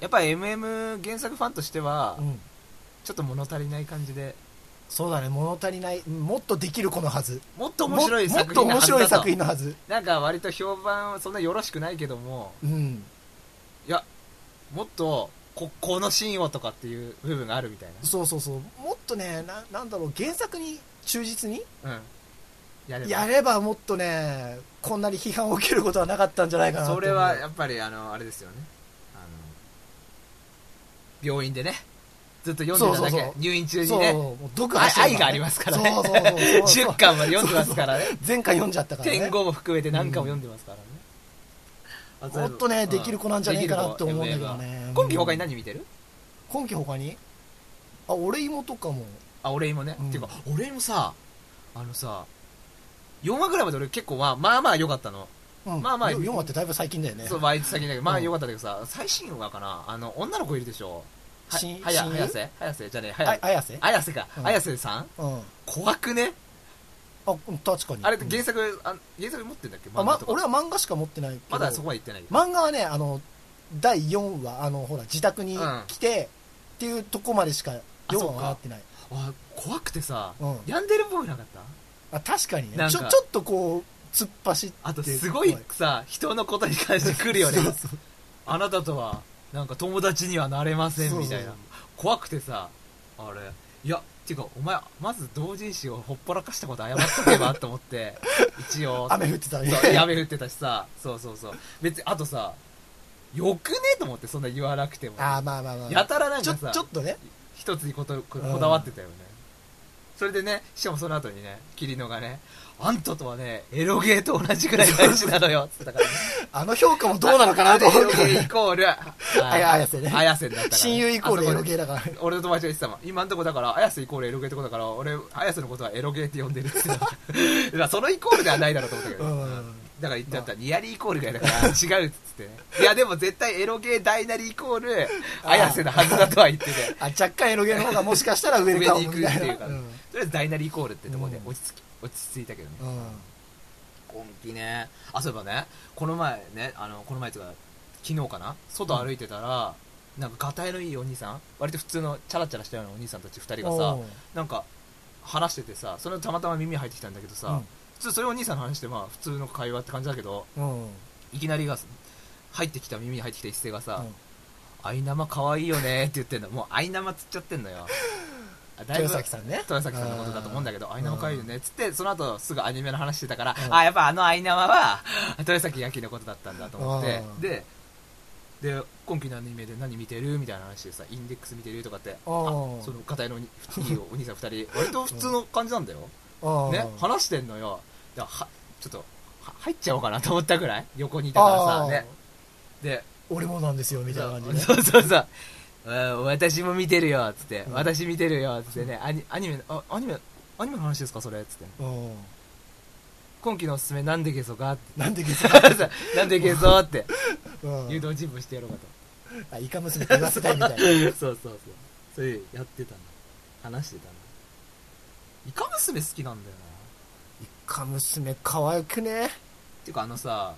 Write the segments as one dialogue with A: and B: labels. A: やっぱ MM 原作ファンとしては、
B: うん、
A: ちょっと物足りない感じで
B: そうだね物足りないうんもっとできる子のはず
A: もっと面白い作品
B: ももっと面白い作品のはず
A: なんか割と評判そんなよろしくないけども
B: うん
A: いやもっとここのシーンをとかっていう部分があるみたい
B: そうそうそうもっとねななんだろう原作に忠実に
A: なうんやれば
B: やればもっとねこんなに批判を受けることはなかったんじゃないかなと思
A: そうれはやっぱりあのあれですよねあの病院でねずっと読んでただけ
B: そうそうそう
A: 入院中
B: そ
A: に
B: う
A: ね
B: もう毒
A: あ
B: 走る
A: 愛がありますからね
B: そうそうそ うそう
A: 10巻まで読んでますからね
B: 前回読んじゃったからね
A: 天候も含めて何回も読んでますからね、あそうい
B: も
A: う
B: っとね、できる子なんじゃねえかなって思うんだけど
A: できる
B: ね。
A: 子今期他に何見てる
B: 今期他にあ、俺芋とかも。
A: あ俺もね、
B: うん
A: っていうか俺もさあのさ4話ぐらいまで俺結構まあまあまあ良かったの、
B: うん、
A: まあまあ
B: よ4話ってだいぶ最近だよね。
A: そう毎日先だけどまあ
B: うん
A: 良かったけどさ、最新話かなあの女の子いるでしょは
B: 新
A: はや
B: 親友
A: 早瀬早瀬じゃねえ
B: あ
A: 早、
B: 綾瀬
A: 綾瀬か、
B: うん
A: 綾瀬さん
B: うん。あ、
A: 怖くね
B: うん確かに。
A: あれ
B: うん
A: 原作、あ原作持ってんだっけ
B: あ、
A: 漫画
B: ま
A: と、か
B: 俺は漫画しか持ってないけ
A: ま
B: ど。
A: だそこまで行ってないけど
B: 漫画はね、あの、第4話、あの、ほら、自宅に来て、っていうとこまでしか4話
A: そう
B: は
A: か
B: なってない。
A: あ怖くてさ、
B: うん。
A: ヤンデルっぽくなかった
B: あ、確かに
A: な
B: ね。
A: ん
B: ち
A: か
B: ょ、ちょっとこう、突っ走って。
A: あとすごいさ人のことに関して来るよね
B: そうそう
A: あなたとはなんか友達にはなれませんみたい
B: そうそうそ
A: な
B: う
A: 怖くてさあれいやていうかお前まず同人誌をほっぽらかしたこと謝っとけばと思って 一応
B: 雨降ってたね。
A: そうやめ降ってたしさそうそうそう別にあとさよくねと思ってそんな言わなくても
B: あー、まあまあまあ。
A: やたらなん
B: ちょ、
A: か
B: ち
A: さ
B: ょっとね。
A: 一つにことここだわってたよね、それでねしかもその後にねキリノがねあんたとはねエロゲーと同じくらい大事なのよっつったから、ね、
B: あの評価も どうなのかなと思
A: エ
B: う
A: ロ
B: け
A: ゲ
B: どね
A: ーイコー ルあ
B: あや綾瀬ね
A: 綾瀬だったから、
B: 親友イコールエロゲ
A: ー
B: ーだからね。
A: 俺の友達が言ってたもん今んとこだから綾瀬イコールエロゲーってことだから俺綾瀬のことはエロゲーって呼んでるって言ってただからその イコールではないだろうと思ったけど、
B: うん
A: だから言っちゃった、ニヤリイコールがだから違うっつってねいやでも絶対エロゲー大なりイコール綾瀬のはずだとは言ってて
B: あ、若干エロゲーの方がもしかしたらウェル
A: 上
B: カ
A: に
B: ム
A: 行く
B: みた
A: って
B: い
A: い
B: な。
A: うか、
B: うん
A: とりあえず大なりイコールってところで
B: うん
A: 落ち着き、落ち着いたけどね、
B: うん
A: 今期ねあそういえばねこの前ねあのこの前というか昨日かな外歩いてたら、なんかガタイのいいお兄さん割と普通のチャラチャラしたようなお兄さんたち2人がさ
B: おう
A: なんか話しててさそれをたまたま耳に入ってきたんだけどさ、
B: うん
A: 普通それお兄さんの話ってまあ普通の会話って感じだけど
B: うん
A: いきなりが入ってきた耳に入ってきた一斉がさ
B: うん
A: 「アイナマ可愛いよね」って言ってんのもうアイナマつっちゃってんの よあだいぶ
B: 豊崎さんね。
A: 豊崎さんのことだと思うんだけど、アイナマ可愛いよね。つって、その後すぐアニメの話してたから、
B: うん
A: あ、やっぱあのアイナマは、 豊崎明のことだったんだと思って
B: う、ん
A: で、で、今期のアニメで何見てるみたいな話でさ、インデックス見てるとかって、あ
B: うん
A: その片いのおにいいお兄さん二人、 割と普通の感じなんだよ。
B: うん
A: ね、話してんのよ。だからは、ちょっと、は入っちゃおうかなと思ったぐらい横にいたからさ、ね。で、
B: 俺もなんですよ、みたいな感じでね。
A: そうそうそう。うん私も見てるよ、つって。
B: うん
A: 私見てるよ、つってね。アニアニメ、あ、アニメ、アニメの話ですかそれ、つって。
B: うん
A: 今期のおすすめなんで消そうかって。
B: なんでゲス
A: さなんで消そうって。
B: うん
A: 誘導尋問してやろうかと。
B: あイカ娘って言わせたいみたい な。
A: そうそうそう。それやってたんだ。話してたんだ。イカ娘好きなんだよな。
B: イカ娘可愛くね。
A: ていうかあのさ、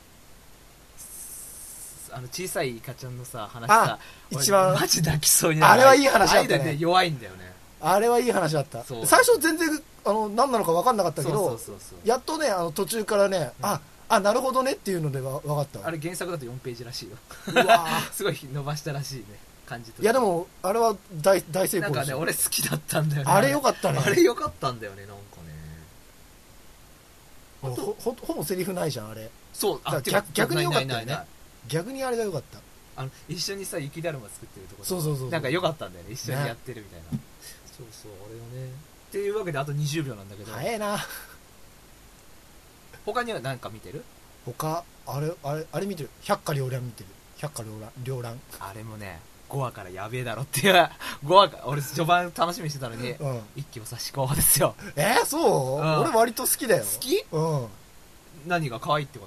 A: すあの小さいイカちゃんのさ、話
B: あ
A: さ、俺
B: 一番
A: マジ泣きそうになる
B: あれはいい話だったね
A: ああいうの弱いんだよね。
B: あれはいい話だった。
A: そう
B: 最初全然、あの、何なのか分かんなかった
A: そう
B: け
A: そう
B: ど、
A: そうそう。
B: やっとね、あの、途中からね、あ、あ、なるほどねっていうのでわ分かったわ。
A: あれ原作だと4ページらしいよ。
B: うわー
A: すごい伸ばしたらしいね感じとして
B: いやでも、あれは大大成
A: なん
B: 功
A: か
B: でし
A: ね
B: た。
A: 俺好きだったんだよね
B: あれ良かったね。
A: あれ良かったんだよねなんかね
B: ほほほほぼセリフないじゃん、あれ。
A: そう
B: だから
A: てか
B: 逆逆に良かったよね
A: ないないないない
B: 逆にあれが良かった。
A: あの一緒にさ雪だるま作ってるとこ
B: そうそうそうそう
A: なんか良かったんだよね一緒にやってるみたいな、そうそうあれよねっていうわけであと20秒なんだけど、
B: 早えな。
A: 他には何か見てる
B: 他、あれ、あれ、あれ見てる。百花繚乱見てる。百花繚乱、繚乱。
A: あれもね5話からやべえだろっていう5話 から俺序盤楽しみにしてたのに
B: うん。
A: 一気を差し込まですよ
B: えー、そ
A: う
B: う、
A: ん
B: 俺割と好きだよ。
A: 好き
B: う
A: 何が可愛いってこ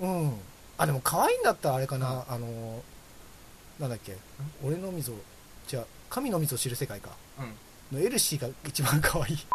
A: と
B: ん。うん。あ、でも可愛いんだったらあれかな。あのー、なんだっけ。俺の溝、じゃあ神の溝を知る世界か。
A: うん
B: のエルシーが一番可愛い。